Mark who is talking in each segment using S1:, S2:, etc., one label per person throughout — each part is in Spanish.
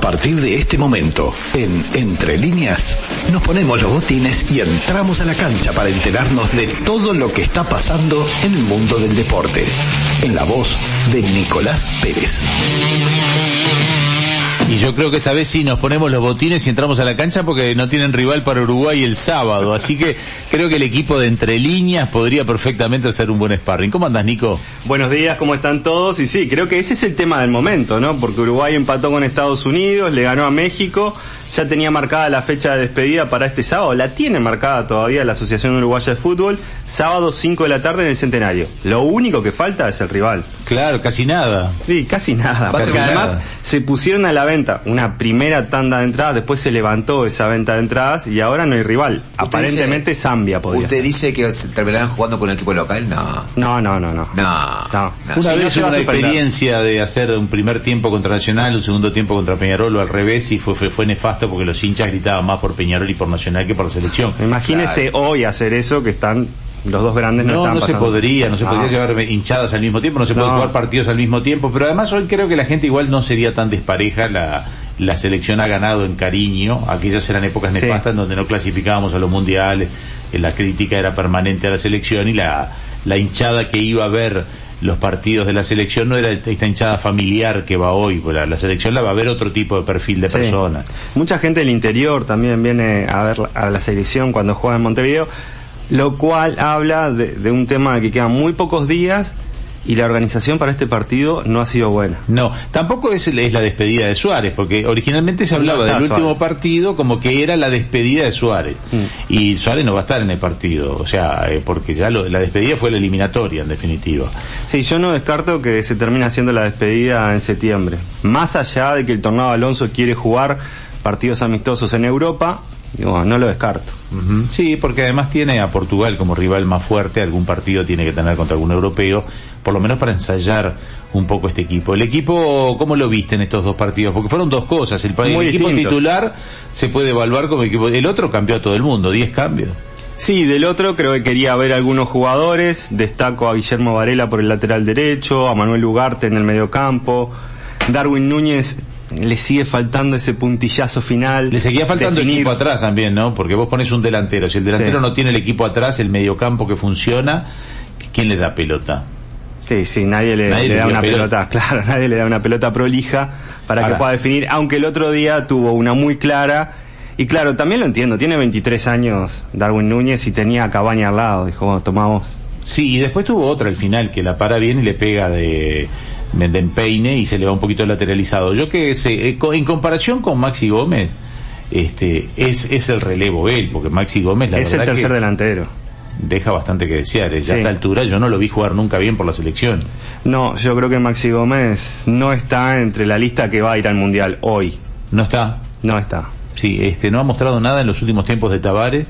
S1: partir de este momento, en Entre Líneas, nos ponemos los botines y entramos a la cancha para enterarnos de todo lo que está pasando en el mundo del deporte. En la voz de Nicolás Pérez.
S2: Y yo creo que esta vez sí nos ponemos los botines y entramos a la cancha porque no tienen rival para Uruguay el sábado. Así que creo que el equipo de entre líneas podría perfectamente hacer un buen sparring. ¿Cómo andas, Nico?
S3: Buenos días, ¿cómo están todos? Y sí, creo que ese es el tema del momento, ¿no? Porque Uruguay empató con Estados Unidos, le ganó a México, ya tenía marcada la fecha de despedida para este sábado, la tiene marcada todavía la Asociación Uruguaya de Fútbol, sábado 5 de la tarde en el Centenario. Lo único que falta es el rival.
S2: Claro, casi nada.
S3: Sí, casi nada, casi porque nada. además se pusieron a la venta una primera tanda de entradas, después se levantó esa venta de entradas y ahora no hay rival. Aparentemente
S4: dice,
S3: Zambia podía.
S4: ¿Usted dice que terminarán jugando con el equipo local? No.
S3: No, no, no, no.
S4: No. no.
S2: Una
S3: Sí, no
S2: vez
S3: se
S2: hubo
S3: va a
S2: una
S3: superar.
S2: experiencia de hacer un primer tiempo contra Nacional, un segundo tiempo contra Peñarol o al revés y fue, fue, fue nefasto porque los hinchas gritaban más por Peñarol y por Nacional que por la selección.
S3: Eh, Imagínese hoy hacer eso que están los dos grandes no,
S2: No,
S3: están
S2: no se
S3: pasando. Ah,
S2: podría, no se
S3: No.
S2: podría llevar hinchadas al mismo tiempo, no se puede
S3: No.
S2: jugar partidos al mismo tiempo, pero además hoy creo que la gente igual no sería tan despareja, la, la selección ha ganado en cariño, aquellas eran épocas
S3: Sí.
S2: nefastas en donde no clasificábamos a los mundiales, eh, la crítica era permanente a la selección y la, la hinchada que iba a ver los partidos de la selección no era esta hinchada familiar que va hoy, pues la, la selección la va a ver otro tipo de perfil de
S3: Sí.
S2: personas.
S3: Mucha gente del interior también viene a ver la- a la selección cuando juega en Montevideo, lo cual habla de, de un tema que quedan muy pocos días y la organización para este partido no ha sido buena.
S2: No, tampoco es, es la despedida de Suárez, porque originalmente se hablaba
S3: No está
S2: del último
S3: Suárez. Mm.
S2: partido como que era la despedida de Suárez. Y Suárez no va a estar en el partido, o sea, eh, porque ya lo- la despedida fue la eliminatoria en definitiva.
S3: Sí, yo no descarto que se termine haciendo la despedida en septiembre. Más allá de que el Tornado Alonso quiere jugar partidos amistosos en Europa, digo, no lo descarto.
S2: Ujú. Sí, porque además tiene a Portugal como rival más fuerte, algún partido tiene que tener contra algún europeo, por lo menos para ensayar un poco este equipo. El equipo, ¿cómo lo viste en estos dos partidos? Porque fueron dos cosas, el, pa- el
S3: Muy
S2: equipo
S3: distintos.
S2: titular se puede evaluar como equipo, el otro cambió a todo el mundo, 10 cambios.
S3: Sí, del otro creo que quería ver algunos jugadores. Destaco a Guillermo Varela por el lateral derecho, a Manuel Ugarte en el mediocampo. Darwin Núñez le sigue faltando ese puntillazo final.
S2: Le seguía faltando
S3: Definir.
S2: equipo atrás también, ¿no? Porque vos pones un delantero. Si el delantero
S3: Sí.
S2: no tiene el equipo atrás, el mediocampo que funciona, ¿quién le da pelota?
S3: Sí, sí, nadie le,
S2: Nadie
S3: le
S2: le
S3: da
S2: dio
S3: una
S2: pelota.
S3: pelota. claro, nadie le da una pelota prolija para
S2: Ahora.
S3: que pueda definir, aunque el otro día tuvo una muy clara. Y claro, también lo entiendo, tiene 23 años Darwin Núñez y tenía a Cabaña al lado, dijo, bueno, tomá vos.
S2: Sí, y después tuvo otra al final que la para bien y le pega de, de empeine y se le va un poquito lateralizado. Yo que sé, eh, co- en comparación con Maxi Gómez, este, es, es el relevo él, porque Maxi Gómez la
S3: es el
S2: verdad
S3: tercer
S2: que
S3: delantero.
S2: deja bastante que desear. Eh, Ya
S3: Sí.
S2: a esta altura yo no lo vi jugar nunca bien por la selección.
S3: No, yo creo que Maxi Gómez no está entre la lista que va a ir al Mundial hoy.
S2: No está.
S3: No está.
S2: Sí, este, no ha mostrado nada en los últimos tiempos de Tavares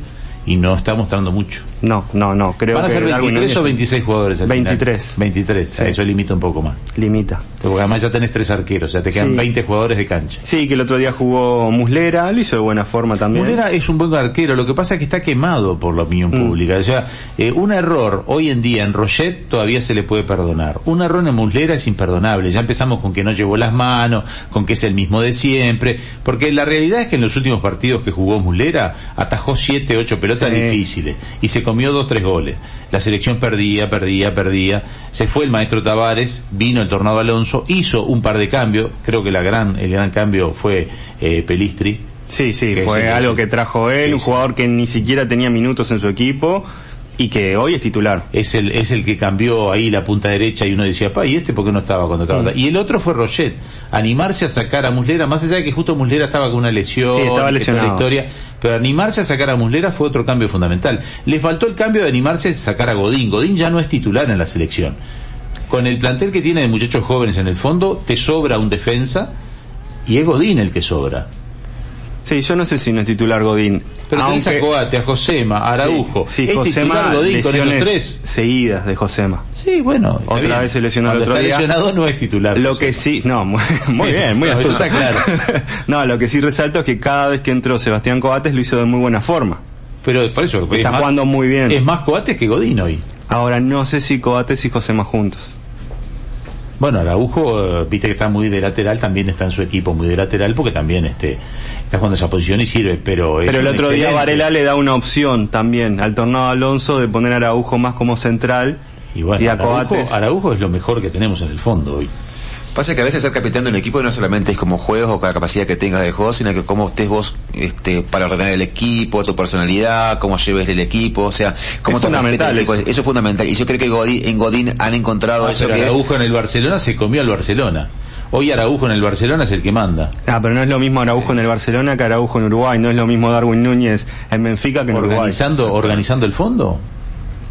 S2: y no está mostrando mucho.
S3: No, no, no, creo
S2: ¿Van a
S3: que
S2: ser
S3: Darwin
S2: 23 o
S3: Núñez
S2: 26 jugadores al final?
S3: 23.
S2: 23,
S3: este Sí.
S2: eso limita un poco más.
S3: limita.
S2: Porque además ya tenés tres arqueros, ya te quedan
S3: Sí.
S2: 20 jugadores de cancha.
S3: Sí, que el otro día jugó Muslera, lo hizo de buena forma también. Mm.
S2: Mulera es un buen arquero, lo que pasa es que está quemado por la opinión pública. O sea, eh, un error hoy en día en Roget todavía se le puede perdonar. Un error en Muslera es imperdonable. Ya empezamos con que no llevó las manos, con que es el mismo de siempre. Porque la realidad es que en los últimos partidos que jugó Muslera atajó 7, 8 pelotas
S3: Sí.
S2: difíciles y se comió 2, 3 goles. La selección perdía, perdía, perdía. Se fue el maestro Tavares, vino el Tornado Alonso, hizo un par de cambios. Creo que la gran, el gran cambio fue eh, Pelistri.
S3: Sí, sí,
S2: Que
S3: fue
S2: sí, que
S3: algo
S2: sí.
S3: que trajo
S2: Que
S3: él, un
S2: sí.
S3: jugador que ni siquiera tenía minutos en su equipo y que hoy es titular.
S2: es el, es el que cambió ahí la punta derecha y uno decía, pa, ¿y este por qué no estaba cuando
S3: Mm.
S2: estaba? Y el otro fue Roget, animarse a sacar a Muslera, más allá de que justo Muslera estaba con una lesión,
S3: Sí, estaba
S2: que toda la
S3: lesionado.
S2: historia, pero animarse a sacar a Muslera fue otro cambio fundamental. Le faltó el cambio de animarse a sacar a Godín, Godín ya no es titular en la selección. Con el plantel que tiene de muchachos jóvenes en el fondo, te sobra un defensa y es Godín el que sobra.
S3: Sí, yo no sé si no es titular Godín.
S2: Pero tenés a Coate, a Josema, a Araujo.
S3: Sí,
S2: es
S3: Josema,
S2: titular Godín con esos
S3: lesiones
S2: tres.
S3: seguidas de Josema.
S2: Sí, bueno. está
S3: Otra
S2: bien.
S3: vez se lesionó el
S2: Cuando
S3: otro
S2: está
S3: día.
S2: lesionado no es titular.
S3: Lo que sí, no, muy, muy bien, muy
S2: No, eso
S3: astuto.
S2: está claro.
S3: no, lo que sí resalto es que cada vez que entró Sebastián Coates lo hizo de muy buena forma.
S2: Pero por eso...
S3: Está
S2: es más-
S3: jugando muy bien.
S2: Es más Coates que Godín hoy.
S3: Ahora no sé si Coates y Josema juntos.
S2: Bueno, Araujo, eh, viste que está muy de lateral, también está en su equipo muy de lateral porque también este, está jugando esa posición y sirve, pero... es
S3: Pero el
S2: un
S3: otro día
S2: excelente-
S3: Varela le da una opción también al tornado Alonso de poner a Araujo más como central
S2: Y bueno,
S3: a
S2: Araujo,
S3: Coates.
S2: Araujo es lo mejor que tenemos en el fondo hoy.
S4: Pasa que a veces ser capitán de un equipo no solamente es como juegos o la capacidad que tengas de juego, sino que cómo estés vos este, para ordenar el equipo, tu personalidad, cómo lleves el equipo, o sea, cómo
S3: Es
S4: te
S3: fundamental
S4: respetas el equipo. Eso es fundamental. Y yo creo que Godín- en Godín han encontrado
S2: Ah,
S4: eso
S2: pero
S4: que...
S2: Araujo en el Barcelona se comió al Barcelona. Hoy Araujo en el Barcelona es el que manda.
S3: Ah, pero no es lo mismo Araujo en el Barcelona que Araujo en Uruguay, no es lo mismo Darwin Núñez en Benfica que en Uruguay.
S2: Organizando, organizando el fondo.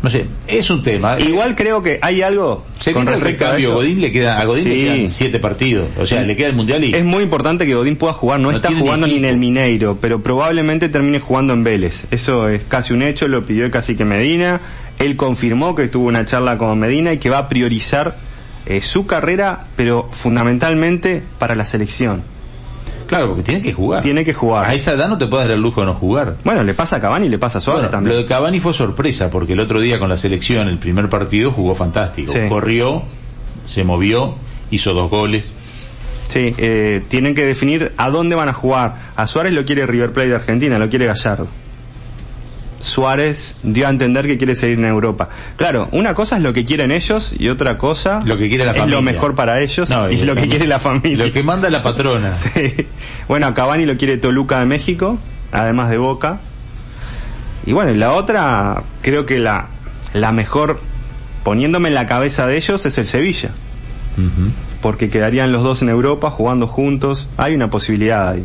S2: No sé, es un tema.
S3: Igual creo que hay algo
S2: Se
S3: con
S2: con el
S3: respecto a
S2: cambio,
S3: esto.
S2: Godín le queda, a Godín
S3: Sí.
S2: le quedan siete partidos. O sea, le queda el Mundial y...
S3: Es muy importante que Godín pueda jugar, no,
S2: No
S3: está
S2: tiene ni
S3: jugando ni en
S2: equipo.
S3: el Mineiro, pero probablemente termine jugando en Vélez. Eso es casi un hecho, lo pidió casi que Medina. Él confirmó que tuvo una charla con Medina y que va a priorizar eh, su carrera, pero fundamentalmente para la selección.
S2: Claro, porque tiene que jugar.
S3: Tiene que jugar.
S2: A esa edad no te puedes dar el lujo de no jugar.
S3: Bueno, le pasa a Cavani y le pasa a Suárez
S2: Bueno,
S3: también.
S2: lo de Cavani fue sorpresa porque el otro día con la selección, el primer partido jugó fantástico.
S3: Sí.
S2: Corrió, se movió, hizo dos goles.
S3: Sí, eh, tienen que definir a dónde van a jugar. A Suárez lo quiere River Plate de Argentina, lo quiere Gallardo. Suárez dio a entender que quiere seguir en Europa. Claro, una cosa es lo que quieren ellos y otra cosa
S2: Lo que quiere la
S3: es
S2: familia.
S3: lo mejor para ellos
S2: No,
S3: y
S2: eh,
S3: lo que
S2: también.
S3: quiere la familia.
S2: Lo que manda la patrona.
S3: Sí. Bueno, a Cavani lo quiere Toluca de México, además de Boca. Y bueno, y la otra, creo que la, la mejor, poniéndome en la cabeza de ellos, es el Sevilla
S2: Ujú.
S3: porque quedarían los dos en Europa jugando juntos. Hay una posibilidad ahí.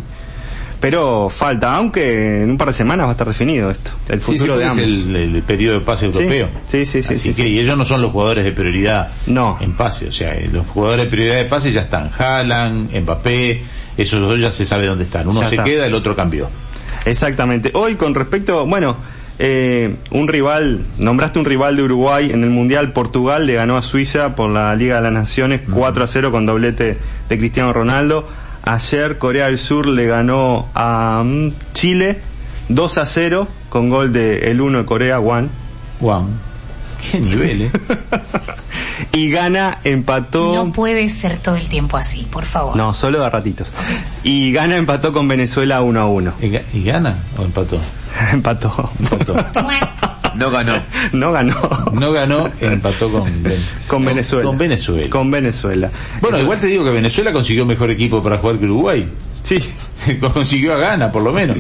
S3: Pero falta, aunque en un par de semanas va a estar definido esto, el
S2: Sí,
S3: futuro
S2: sí,
S3: de
S2: es
S3: ambos.
S2: el, el periodo de pase
S3: Sí,
S2: europeo.
S3: sí, sí, sí,
S2: Así
S3: sí,
S2: que
S3: sí.
S2: y ellos no son los jugadores de prioridad
S3: No.
S2: en pase. O sea, eh, los jugadores de prioridad de pase ya están. Haaland, Mbappé, esos dos ya se sabe dónde están. Uno
S3: Ya
S2: se
S3: está.
S2: queda, el otro cambió.
S3: Exactamente. Hoy con respecto, bueno, eh, un rival, nombraste un rival de Uruguay en el Mundial, Portugal le ganó a Suiza por la Liga de las Naciones 4 a 0 con doblete de Cristiano Ronaldo. Ayer Corea del Sur le ganó a mm, Chile 2 a 0 con gol de el 1 de Corea, Juan.
S2: Juan. Qué nivel, eh.
S3: Y Gana empató.
S5: No puede ser todo el tiempo así, por favor.
S3: No, solo de ratitos. Y Gana empató con Venezuela 1 a 1.
S2: ¿Y ga- y gana o empató?
S3: Empató.
S2: Empató.
S5: Mua.
S4: No ganó.
S3: No ganó.
S2: No ganó, empató con, Ven-
S3: Con Venezuela.
S2: Con Venezuela.
S3: Con Venezuela.
S2: Bueno, igual te digo que Venezuela consiguió mejor equipo para jugar que Uruguay.
S3: Sí.
S2: consiguió a Gana, por lo menos.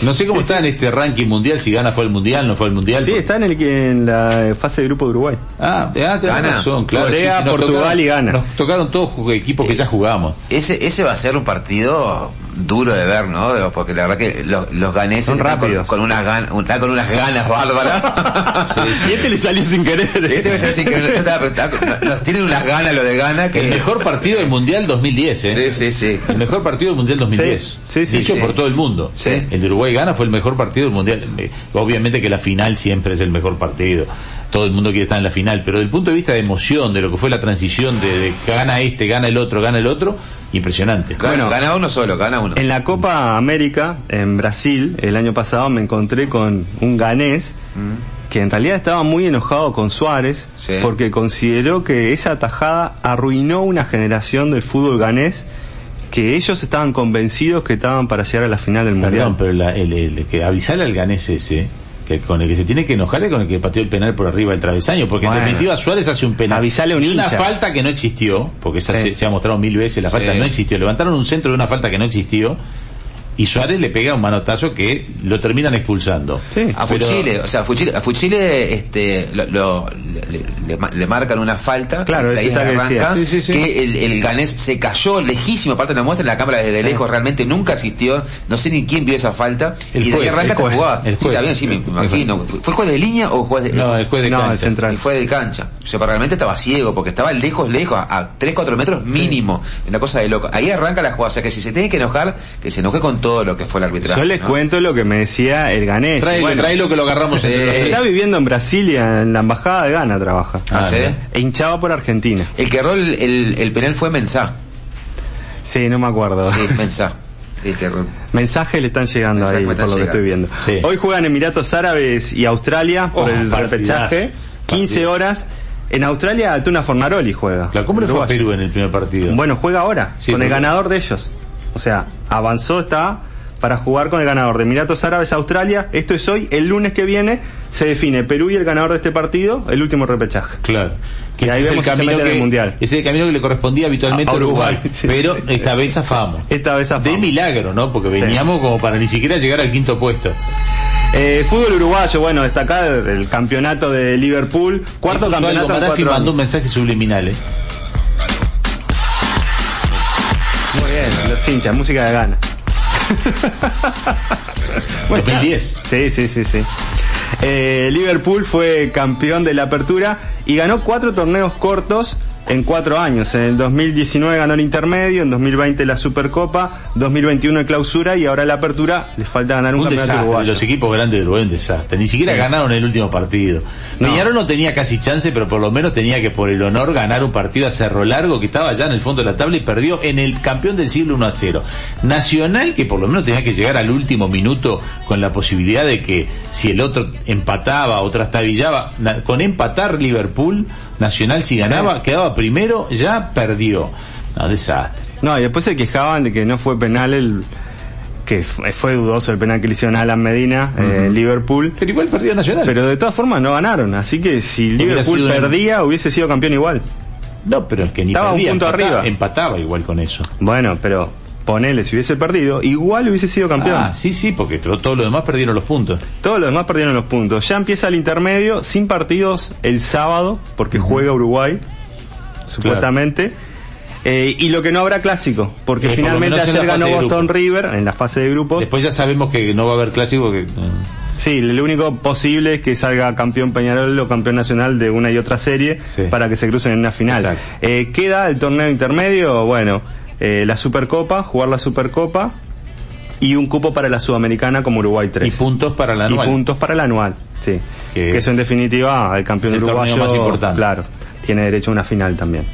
S2: No sé cómo está en este ranking mundial, si Gana fue al mundial, no fue al mundial.
S3: Sí,
S2: porque-
S3: está en, el, que- en la fase de grupo de Uruguay.
S2: Ah, ah, tenés
S4: Gana.
S2: razón, claro.
S3: Corea,
S2: nos
S3: Portugal
S2: tocaron-
S3: y Gana. Eh,
S2: Nos tocaron todos ju- equipos que ya jugamos.
S4: Ese, ese va a ser un partido duro de ver, ¿no? De- Porque la verdad que los, los ganeses
S3: Son
S4: están con,
S3: rápidos.
S4: con unas ganas, están con unas ganas bárbaras.
S3: Y este le salió sin querer.
S4: Este es así que no está- está- no- nos tienen unas ganas los de ganas
S3: eh,
S2: El
S4: que...
S2: mejor partido del mundial 2010, ¿eh?
S4: Sí, sí, sí.
S2: El mejor partido del Mundial 2010.
S3: Sí, sí, sí,
S2: Dicho
S4: sí.
S2: por todo el mundo.
S4: Sí.
S2: El de Uruguay gana fue el mejor partido del Mundial. Eh, Obviamente que la final siempre es el mejor partido. Todo el mundo quiere estar en la final. Pero desde el punto de vista de emoción, de lo que fue la transición, de, de que gana este, gana el otro, gana el otro, impresionante.
S4: Gana, gana uno solo, gana uno.
S3: En la Copa América, en Brasil, el año pasado me encontré con un ganés que en realidad estaba muy enojado con Suárez
S4: Sí.
S3: porque consideró que esa tajada arruinó una generación del fútbol ganés que ellos estaban convencidos que estaban para llegar a la final del
S2: Perdón,
S3: Mundial.
S2: pero la- el, el que avisar al ganés ese, que con el que se tiene que enojar es con el que pateó el penal por arriba del travesaño, porque en
S4: Bueno.
S2: definitiva Suárez hace un penal.
S3: Avisale a un
S2: Y una
S3: hincha.
S2: falta que no existió, porque esa
S4: Sí.
S2: se, se ha mostrado mil veces, la
S4: Sí.
S2: falta no existió. Levantaron un centro de una falta que no existió, y Suárez le pega un manotazo que lo terminan expulsando.
S3: Sí.
S4: A
S2: Pero-
S4: Fuchile, o sea, a Fuchile, a Fuchile este, lo, lo- le, le ma- le marcan una falta.
S3: Claro,
S4: de ahí
S3: es esa que decía.
S4: arranca,
S3: Sí, sí, sí.
S4: que el, el ganés se cayó lejísimo, aparte la muestra en la cámara desde lejos, realmente nunca existió, no sé ni quién vio esa falta,
S2: El
S4: y de ahí
S2: juez,
S4: arranca
S2: el
S4: esta
S2: juez,
S4: jugada.
S2: el
S4: Sí,
S2: juez.
S4: también, sí, me imagino. ¿Fue juez de línea o juez de...?
S2: No, el juez de
S3: No,
S2: cancha.
S3: el central.
S4: Y fue de cancha. O sea, pero realmente estaba ciego, porque estaba lejos, lejos, a, 3, 4 metros mínimo. Una cosa de loco. Ahí arranca la jugada. O sea, que si se tiene que enojar, que se enoje con todo lo que fue el arbitraje.
S3: Yo les
S4: ¿no?
S3: cuento lo que me decía el ganés.
S2: Tráelo,
S3: Bueno,
S2: tráelo que lo agarramos en
S4: Eh,
S2: el-
S3: está viviendo en Brasilia, en la embajada de Ghana trabaja.
S4: Ah, ¿sí?
S2: mira.
S3: E hinchaba por Argentina.
S4: El que erró el, el, el penal fue Mensah.
S3: Sí, no me acuerdo.
S4: Sí, Mensah. El que erró.
S3: Mensajes le están llegando
S4: Mensajes
S3: ahí, por
S4: me están
S3: lo que estoy viendo.
S4: llegando.
S2: Sí.
S3: Hoy juegan Emiratos Árabes y Australia por
S2: Oh,
S3: el
S2: partidazo.
S3: repechaje. 15
S2: Partidazo.
S3: horas. En Australia Altuna Fornaroli juega.
S2: Claro, ¿Cómo le fue a
S3: Uruguay.
S2: Perú en el primer partido?
S3: Bueno, juega ahora,
S2: Sí,
S3: con el
S2: pero-
S3: ganador de ellos. O sea, avanzó está para jugar con el ganador de Emiratos Árabes Australia. Esto es hoy, el lunes que viene se define Perú y el ganador de este partido, el último repechaje.
S2: Claro. Que
S3: Y
S2: ese
S3: ahí
S2: es el
S3: vemos si se
S2: camino
S3: mete en
S2: que,
S3: el Mundial.
S2: ese es el camino que le correspondía habitualmente
S3: A-
S2: a
S3: a
S2: Uruguay.
S3: Uruguay, sí.
S2: Pero esta vez zafamos.
S3: Esta vez a
S2: De
S3: favor.
S2: milagro, ¿no? Porque veníamos como para ni siquiera llegar al quinto puesto.
S3: Eh, fútbol uruguayo, bueno, destacar el campeonato de Liverpool, cuarto
S2: Incluso
S3: campeonato
S2: algo,
S3: en
S2: Gaddafi
S3: cuatro
S2: mandó un
S3: años.
S2: mensaje subliminal, ¿eh?
S3: Muy bien, los hinchas, música de gana. Bueno,
S2: 2010.
S3: Sí, sí, sí, sí. Eh, Liverpool fue campeón de la apertura y ganó cuatro torneos cortos en cuatro años. En el 2019 ganó el intermedio, en 2020 la Supercopa, 2021 el clausura y ahora la apertura. Les falta ganar un,
S2: Un
S3: campeonato
S2: desastre,
S3: uruguayo.
S2: los equipos grandes de Uruguay un desastre. Ni siquiera
S3: Sí.
S2: ganaron el último partido.
S3: No.
S2: Peñarol no tenía casi chance, pero por lo menos tenía que por el honor ganar un partido a Cerro Largo que estaba ya en el fondo de la tabla y perdió en el campeón del siglo 1 a 0. Nacional que por lo menos tenía que llegar al último minuto con la posibilidad de que si el otro empataba o trastabillaba, na- con empatar Liverpool, Nacional si ganaba, quedaba primero, ya perdió. No, desastre.
S3: No, y después se quejaban de que no fue penal el que f- fue dudoso el penal que le hicieron a Alan Medina, eh, Liverpool.
S2: Pero igual perdió Nacional.
S3: Pero de todas formas no ganaron, así que si
S2: Hubiera
S3: Liverpool
S2: sido un-
S3: perdía hubiese sido campeón igual.
S2: no, pero es que ni
S3: Estaba un
S2: perdía,
S3: punto
S2: empataba-
S3: arriba.
S2: Empataba igual con eso.
S3: Bueno, pero ponele, si hubiese perdido, igual hubiese sido campeón.
S2: Ah, sí, sí, porque to- todos los demás perdieron los puntos.
S3: Todos los demás perdieron los puntos. Ya empieza el intermedio, sin partidos el sábado, porque juega Uruguay, supuestamente. Eh, y lo que no habrá clásico, porque
S2: Eh, por lo
S3: finalmente
S2: menos en la
S3: ayer
S2: fase
S3: ganó
S2: de grupo.
S3: Boston River en la fase de grupos.
S2: Después ya sabemos que no va a haber clásico porque... eh,
S3: Sí, lo único posible es que salga campeón Peñarol o campeón nacional de una y otra serie
S2: Sí.
S3: para que se crucen en una final.
S2: Exacto.
S3: Eh, queda el torneo intermedio, bueno, eh, la Supercopa, jugar la Supercopa y un cupo para la Sudamericana como Uruguay 3.
S2: Y puntos para la
S3: Y
S2: anual.
S3: puntos para el anual, sí.
S2: Que
S3: Que,
S2: es-
S3: eso en definitiva el campeón
S2: es el torneo
S3: uruguayo,
S2: más importante.
S3: claro, tiene derecho a una final también.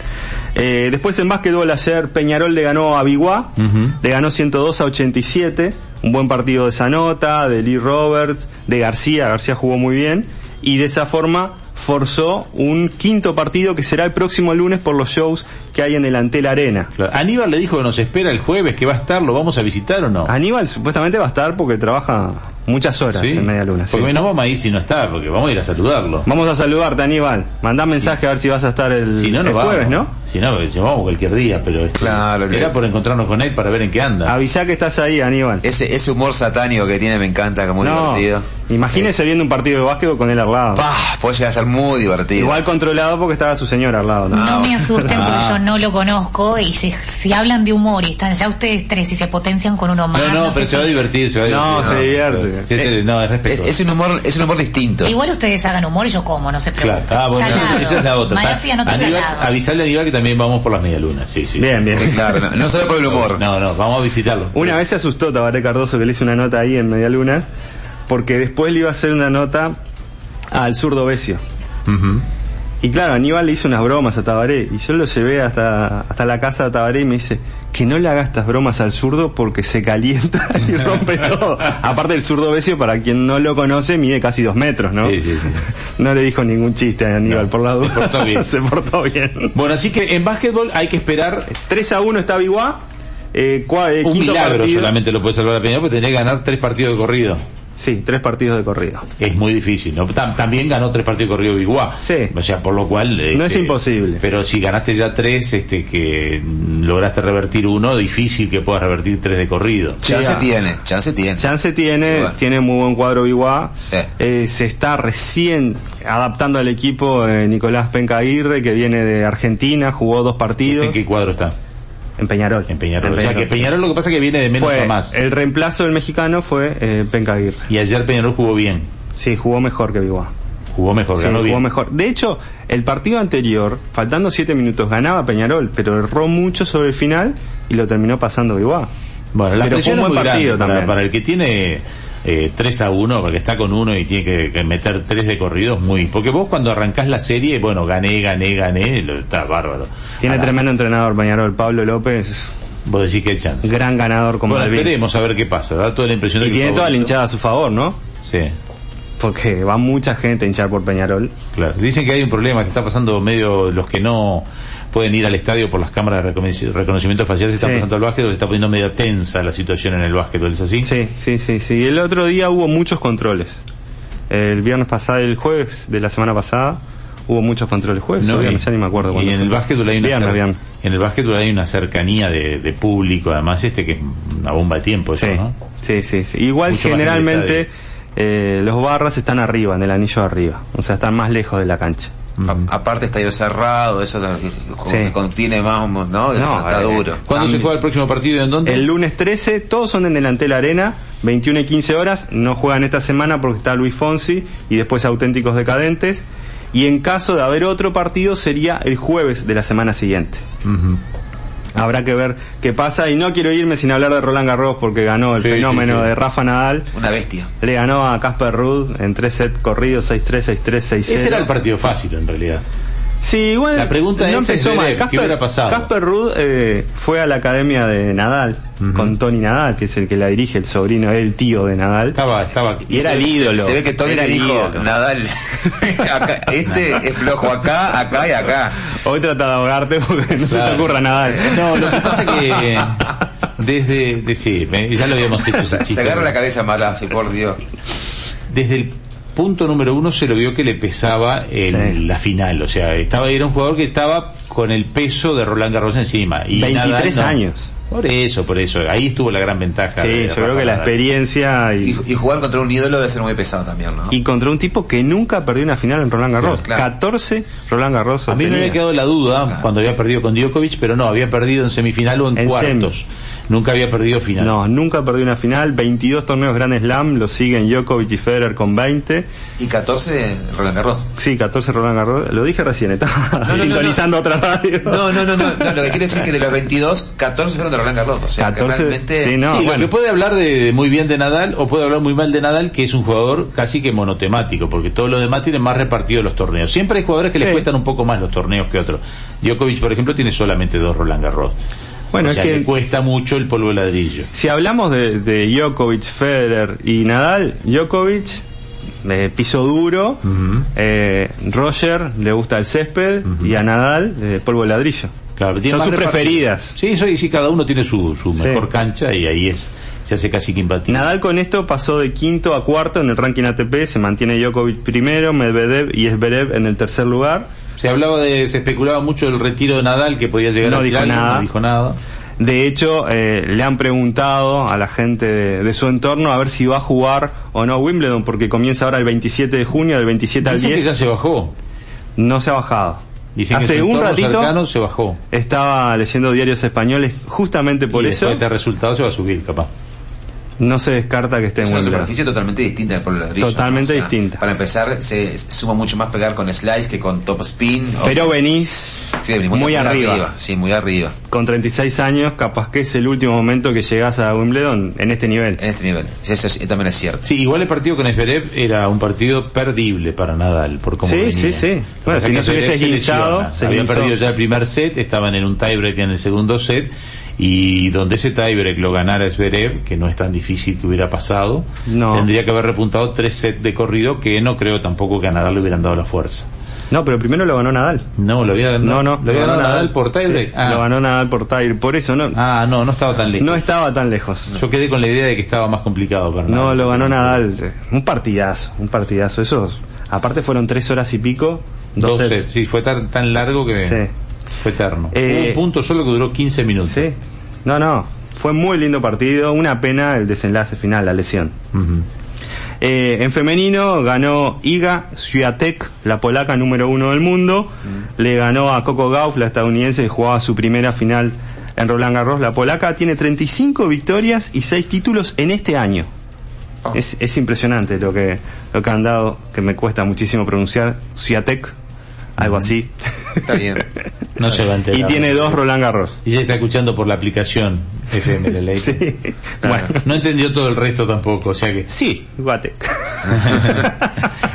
S3: Eh, después en básquetbol ayer Peñarol le ganó a Biguá,
S2: Ujú.
S3: le ganó 102 a 87, un buen partido de Zanota, de Lee Roberts, de García, García jugó muy bien y de esa forma forzó un quinto partido que será el próximo lunes por los shows que hay en Delantel Arena.
S2: Claro. Aníbal le dijo que nos espera el jueves, que va a estar, ¿lo vamos a visitar o no?
S3: Aníbal supuestamente va a estar porque trabaja muchas horas
S2: ¿Sí?
S3: en media luna. sí.
S2: Porque no vamos a ir si no está, porque vamos a ir a saludarlo.
S3: Vamos a saludarte, Aníbal. Mandá mensaje a ver si vas a estar el,
S2: Si no,
S3: el
S2: no vamos.
S3: jueves, ¿no?
S2: Si no, porque vamos cualquier día, pero este,
S4: Claro que-
S2: era por encontrarnos con él para ver en qué anda.
S3: Avisá que estás ahí, Aníbal.
S4: Ese, ese humor satánico que tiene me encanta, como muy
S3: no,
S4: divertido.
S3: imagínese viendo un partido de básquetbol con él al lado.
S4: Pah, puede llegar a ser muy divertido.
S3: Igual controlado porque estaba su señora al lado. ¿no?
S5: No me asusten porque
S2: Ah.
S5: yo no lo conozco y si, si hablan de humor y están ya ustedes tres y se potencian con uno más.
S2: No, no,
S5: sé
S2: pero se
S5: qué.
S2: va a divertir, se va a
S3: No,
S2: divertir.
S3: se divierte. Eh,
S2: Sí, sí, no, es
S4: es,
S2: respetuoso.
S4: es un humor, es un humor distinto.
S5: Igual ustedes hagan humor y yo como, no se
S2: Claro.
S5: preocupen.
S2: Ah, bueno,
S5: Salado.
S2: esa es la otra.
S5: Malafia no te
S2: Aníbal,
S5: salado.
S2: avisale a Aníbal que también vamos por las medialunas, sí, sí.
S3: Bien,
S4: Sí,
S3: bien.
S4: Eh, Claro, no, no solo por el humor.
S2: No, no, vamos a visitarlo.
S3: Una vez se asustó Tabaré Cardoso que le hizo una nota ahí en Media Luna porque después le iba a hacer una nota al zurdo Besio.
S2: Ujú.
S3: Y claro, Aníbal le hizo unas bromas a Tabaré y yo lo llevé hasta, hasta la casa de Tabaré y me dice que no le hagas estas bromas al zurdo porque se calienta y rompe todo. Aparte el zurdo Besio, para quien no lo conoce, mide casi dos metros, ¿no?
S2: Sí, sí, sí.
S3: No le dijo ningún chiste a Aníbal
S2: No,
S3: por la
S2: se
S3: duda.
S2: portó bien.
S3: Se portó bien.
S2: Bueno, así que en básquetbol hay que esperar
S3: 3 a 1 está Biguá. Eh, cua- eh,
S2: un
S3: quinto
S2: milagro
S3: partido.
S2: solamente lo puede salvar a Peñarol porque tenés que ganar tres partidos de corrido.
S3: Sí, tres partidos de corrido.
S2: Es muy difícil, ¿no? Tam- también ganó tres partidos de corrido Biguá.
S3: Sí.
S2: O sea, por lo cual... este,
S3: No es imposible.
S2: Pero si ganaste ya tres, este, que mm, lograste revertir uno, difícil que puedas revertir tres de corrido.
S4: Chance
S3: Sí, ah.
S4: tiene, chance tiene.
S3: Chance tiene,
S4: Bueno.
S3: tiene muy buen cuadro Biguá.
S4: Sí.
S3: Eh, se está recién adaptando al equipo eh, Nicolás Penca Aguirre, que viene de Argentina, jugó dos
S2: ¿Es
S3: partidos
S2: ¿En qué cuadro está?
S3: en Peñarol.
S2: En Peñarol. O sea, que Peñarol lo que pasa es que viene de menos
S3: Fue-
S2: a más.
S3: El reemplazo del mexicano fue eh, Penca Aguirre.
S2: Y ayer Peñarol jugó bien.
S3: Sí, jugó mejor que Biguá.
S2: Jugó mejor,
S3: Sí,
S2: ganó
S3: jugó
S2: bien.
S3: mejor. De hecho, el partido anterior, faltando siete minutos, ganaba Peñarol, pero erró mucho sobre el final y lo terminó pasando Biguá.
S2: Bueno, la
S3: Pero fue
S2: presión
S3: un
S2: es
S3: buen
S2: muy
S3: partido
S2: grande para-
S3: también.
S2: Para, el que tiene eh, 3 a 1, porque está con uno y tiene que, que meter 3 de corridos, muy. Porque vos cuando arrancás la serie, bueno, gané, gané, gané, lo, está bárbaro.
S3: Tiene
S2: Ahora,
S3: tremendo entrenador Peñarol, Pablo López,
S2: Vos decís que hay chance.
S3: gran ganador como
S2: Bueno,
S3: Malvin.
S2: esperemos a ver qué pasa. Da toda la impresión de
S3: Y
S2: que
S3: tiene
S2: fue
S3: toda la
S2: bonito.
S3: hinchada a su favor, ¿no?
S2: Sí.
S3: porque va mucha gente a hinchar por Peñarol.
S2: Claro. Dicen que hay un problema, se está pasando medio los que no pueden ir al estadio por las cámaras de reconoci- reconocimiento facial, se está
S3: Sí.
S2: pasando al básquetbol, se está poniendo medio tensa la situación en el básquetbol, ¿es así?
S3: Sí, sí, sí, sí. El otro día hubo muchos controles. El viernes pasado, el jueves de la semana pasada, hubo muchos controles. Jueves, o viernes,
S2: y-
S3: ya ni me acuerdo
S2: y
S3: cuándo
S2: en
S3: fue.
S2: el básquetbol hay una
S3: Viernes,
S2: cer-
S3: viernes.
S2: en el básquetbol hay una cercanía de, de público, además este que es una bomba de tiempo, eso,
S3: Sí,
S2: ¿no?
S3: sí, sí, sí. Igual
S2: Mucho más en el
S3: generalmente
S2: estadio.
S3: eh, los barras están arriba, en el anillo de arriba. O sea, están más lejos de la cancha.
S2: Mm.
S4: A- aparte estadio cerrado, eso es lo que- como
S3: Sí.
S4: que contiene más, ¿no? Eso está
S3: eh,
S4: duro.
S2: ¿Cuándo se juega el próximo partido y en dónde?
S3: El lunes 13, todos son en Delantel Arena, 21 y 15 horas. No juegan esta semana porque está Luis Fonsi y después Auténticos Decadentes. Y en caso de haber otro partido sería el jueves de la semana siguiente.
S2: Ujú.
S3: Habrá que ver qué pasa. Y no quiero irme sin hablar de Roland Garros porque ganó el
S2: Sí, sí,
S3: fenómeno
S2: sí.
S3: de Rafa Nadal.
S4: Una bestia.
S3: Le ganó a Casper Ruud en tres sets corridos, 6-3, 6-3, 6-0.
S2: Ese era el partido fácil en realidad.
S3: Sí, igual
S2: La pregunta
S3: no
S2: es,
S3: empezó
S2: Zverev,
S3: mal.
S2: ¿qué hubiera pasado?
S3: Casper Ruud eh, fue a la academia de Nadal con Tony Nadal, que es el que la dirige, el sobrino, el tío de Nadal.
S2: Estaba, estaba.
S3: Y era
S4: se-
S3: el
S4: se-
S3: ídolo.
S4: Se, ve que Tony
S3: Era
S4: le
S3: el
S4: dijo,
S3: ídolo.
S4: Nadal, acá- este es flojo acá, acá y acá.
S3: Hoy trata de ahogarte porque no se te
S2: Claro.
S3: ocurra Nadal.
S2: No, lo que pasa que eh, desde, de- sí, me- ya lo habíamos hecho. ese
S4: Se, se
S2: chiste.
S4: agarra la cabeza Malafi, por Dios.
S2: Desde el punto número uno se lo vio que le pesaba en
S3: Sí.
S2: la final, o sea, estaba era un jugador que estaba con el peso de Roland Garros encima. Y
S3: 23
S2: Nadal no.
S3: años.
S2: Por eso, por eso. Ahí estuvo la gran ventaja.
S3: Sí,
S2: de
S3: yo
S2: Rafa
S3: creo que la
S2: Nadal.
S3: experiencia y,
S4: Y, y jugar contra un ídolo debe ser muy pesado también, ¿no?
S3: y contra un tipo que nunca perdió una final en Roland Garros.
S4: Claro, claro.
S3: 14 Roland Garros.
S2: A mí me
S3: obtenidas.
S2: había quedado la duda cuando había perdido con Djokovic, pero no, había perdido en semifinal o en,
S3: Ah. En
S2: cuartos. Nunca había perdido final.
S3: No, nunca perdió una final. 22 torneos Grand Slam, lo siguen Djokovic y Federer con 20.
S4: Y 14 Roland Garros.
S3: Sí, 14 Roland Garros. Lo dije recién, estaba
S4: no, no,
S3: sintonizando otra radio.
S4: No, no, no, no, no, lo que quiere decir que de los 22, 14 fueron de Roland Garros. O sea,
S3: 14,
S4: que realmente...
S3: sí, no.
S2: sí,
S3: bueno.
S2: lo que puede hablar de, de muy bien de Nadal o puede hablar muy mal de Nadal, que es un jugador casi que monotemático, porque todos los demás tienen más repartidos los torneos. Siempre hay jugadores que
S3: Sí.
S2: les cuestan un poco más los torneos que otros. Djokovic, por ejemplo, tiene solamente dos Roland Garros.
S3: Bueno,
S2: o
S3: es
S2: sea,
S3: que-
S2: le cuesta mucho el polvo de ladrillo.
S3: Si hablamos de, de Djokovic, Federer y Nadal, Djokovic, eh, piso duro, eh, Roger le gusta el césped y a Nadal eh, polvo de ladrillo.
S2: Claro, tiene
S3: Son
S2: más
S3: sus
S2: repartido.
S3: preferidas.
S2: Sí, sí, sí, cada uno tiene su, su
S3: Sí.
S2: mejor cancha y ahí es, se hace casi que imbatible.
S3: Nadal con esto pasó de quinto a cuarto en el ranking ATP, se mantiene Djokovic primero, Medvedev y Zverev en el tercer lugar.
S2: Se hablaba de, se especulaba mucho del retiro de Nadal que podía llegar
S3: No
S2: a ser
S3: dijo
S2: algo,
S3: nada.
S2: no dijo nada.
S3: De hecho, eh, le han preguntado a la gente de, de su entorno a ver si va a jugar o no Wimbledon, porque comienza ahora el 27 de junio, del 27 al
S2: Dicen que
S3: 10.
S2: ya se bajó.
S3: No se ha bajado.
S2: Dicen que
S3: Hace
S2: su
S3: un
S2: entorno
S3: ratito
S2: cercano se bajó.
S3: estaba leyendo diarios españoles justamente por
S2: y
S3: eso.
S2: Después de este resultado se va a subir, capaz.
S3: No se descarta que esté
S4: Es
S3: en
S4: una
S3: Wimbledon.
S4: superficie totalmente distinta del polvo de ladrillo.
S3: Totalmente
S4: ¿no?
S3: distinta.
S4: Para empezar, se suma mucho más pegar con slice que con top spin. o-
S3: Pero venís
S4: Sí,
S3: muy, arriba.
S4: Sí, muy arriba.
S3: Con 36 años, capaz que es el último momento que llegás a Wimbledon en este nivel.
S4: En este nivel. Sí, Eso es- también es cierto.
S2: Sí, igual el partido con Esberev era un partido perdible para Nadal, por cómo
S3: Sí,
S2: venía.
S3: sí, sí.
S2: Lo que
S3: Bueno,
S2: pasa
S3: si
S2: es
S3: no
S2: que
S3: se hubiese
S2: Zverev
S3: esguinzado,
S2: lesiona.
S3: se
S2: Había
S3: esguinzó.
S2: perdido ya el primer set, estaban en un tiebreak en el segundo set, y donde ese tiebreak lo ganara Esberev, que no es tan difícil que hubiera pasado,
S3: No.
S2: tendría que haber repuntado tres sets de corrido, que no creo tampoco que a Nadal le hubieran dado la fuerza.
S3: No, pero primero lo ganó Nadal.
S2: No, lo había
S3: No,
S2: ganado,
S3: no.
S2: lo había ganado Nadal, por tiebreak.
S3: Sí,
S2: ah,
S3: Lo ganó Nadal por tiebreak. Por eso no,
S2: ah, no, no estaba tan lejos.
S3: no estaba tan lejos.
S2: Yo quedé con la idea de que estaba más complicado para
S3: No,
S2: Nadal.
S3: lo ganó Nadal. Un partidazo, un partidazo. Esos, aparte fueron tres horas y pico, dos,
S2: Dos
S3: sets.
S2: sets, sí, fue tan, tan largo que
S3: Sí.
S2: fue eterno.
S3: Eh,
S2: Hubo un punto solo que duró 15 minutos.
S3: Sí. No, no. Fue muy lindo partido. Una pena el desenlace final, la lesión.
S2: Ujú.
S3: Eh, en femenino ganó Iga Swiatek, la polaca número uno del mundo. Le ganó a Coco Gauff, la estadounidense, que jugaba su primera final en Roland Garros. La polaca tiene 35 victorias y 6 títulos en este año. Es, es impresionante lo que, lo que han dado, que me cuesta muchísimo pronunciar. Swiatek, algo así.
S4: Está bien.
S2: No se va a enterar.
S3: y tiene dos Roland Garros.
S2: Y ya está escuchando por la aplicación FM de Ley.
S3: Sí.
S2: Bueno, no entendió todo el resto tampoco, o sea que...
S3: Sí, Guatek.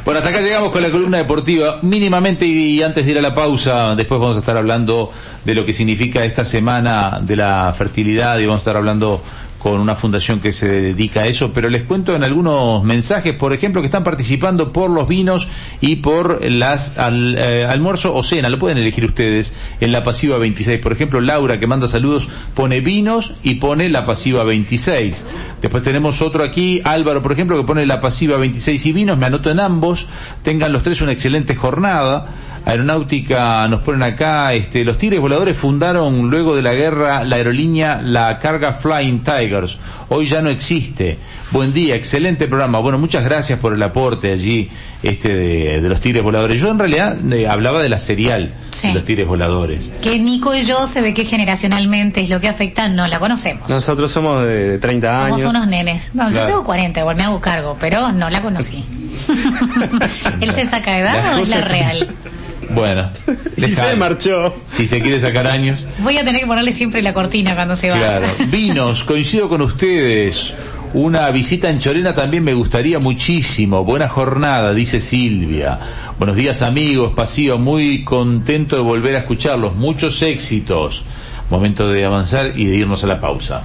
S2: Bueno, hasta acá llegamos con la columna deportiva mínimamente y antes de ir a la pausa, después vamos a estar hablando de lo que significa esta semana de la fertilidad y vamos a estar hablando con una fundación que se dedica a eso, pero les cuento en algunos mensajes, por ejemplo, que están participando por los vinos y por las al- eh, almuerzo o cena, lo pueden elegir ustedes en la pasiva 26. Por ejemplo, Laura que manda saludos pone vinos y pone la pasiva 26. Después tenemos otro aquí, Álvaro, por ejemplo, que pone la pasiva 26 y vinos, me anoto en ambos, tengan los tres una excelente jornada. Aeronáutica nos ponen acá, este, los tigres voladores fundaron luego de la guerra la aerolínea La Carga Flying Tigers. Hoy ya no existe. Buen día, excelente programa. Bueno, muchas gracias por el aporte allí este de, de los tigres voladores. Yo en realidad eh, hablaba de la serial
S5: Sí.
S2: de los tigres voladores.
S5: Que Nico y yo se ve que generacionalmente es lo que afecta, no la conocemos.
S3: Nosotros somos de 30
S5: Somos
S3: años.
S5: unos nenes. No, yo
S2: Claro.
S5: tengo 40, igual me hago cargo, pero no la conocí. ¿Él se saca de edad
S2: Las
S5: o es la
S2: cosas-
S5: real?
S2: Bueno,
S3: Y
S2: dejá-
S3: se marchó.
S2: si se quiere sacar años.
S5: Voy a tener que ponerle siempre la cortina cuando se va.
S2: Claro. Vinos, coincido con ustedes. Una visita en Chorena también me gustaría muchísimo. Buena jornada, dice Silvia. Buenos días amigos, pasiva, muy contento de volver a escucharlos. Muchos éxitos. Momento de avanzar y de irnos a la pausa.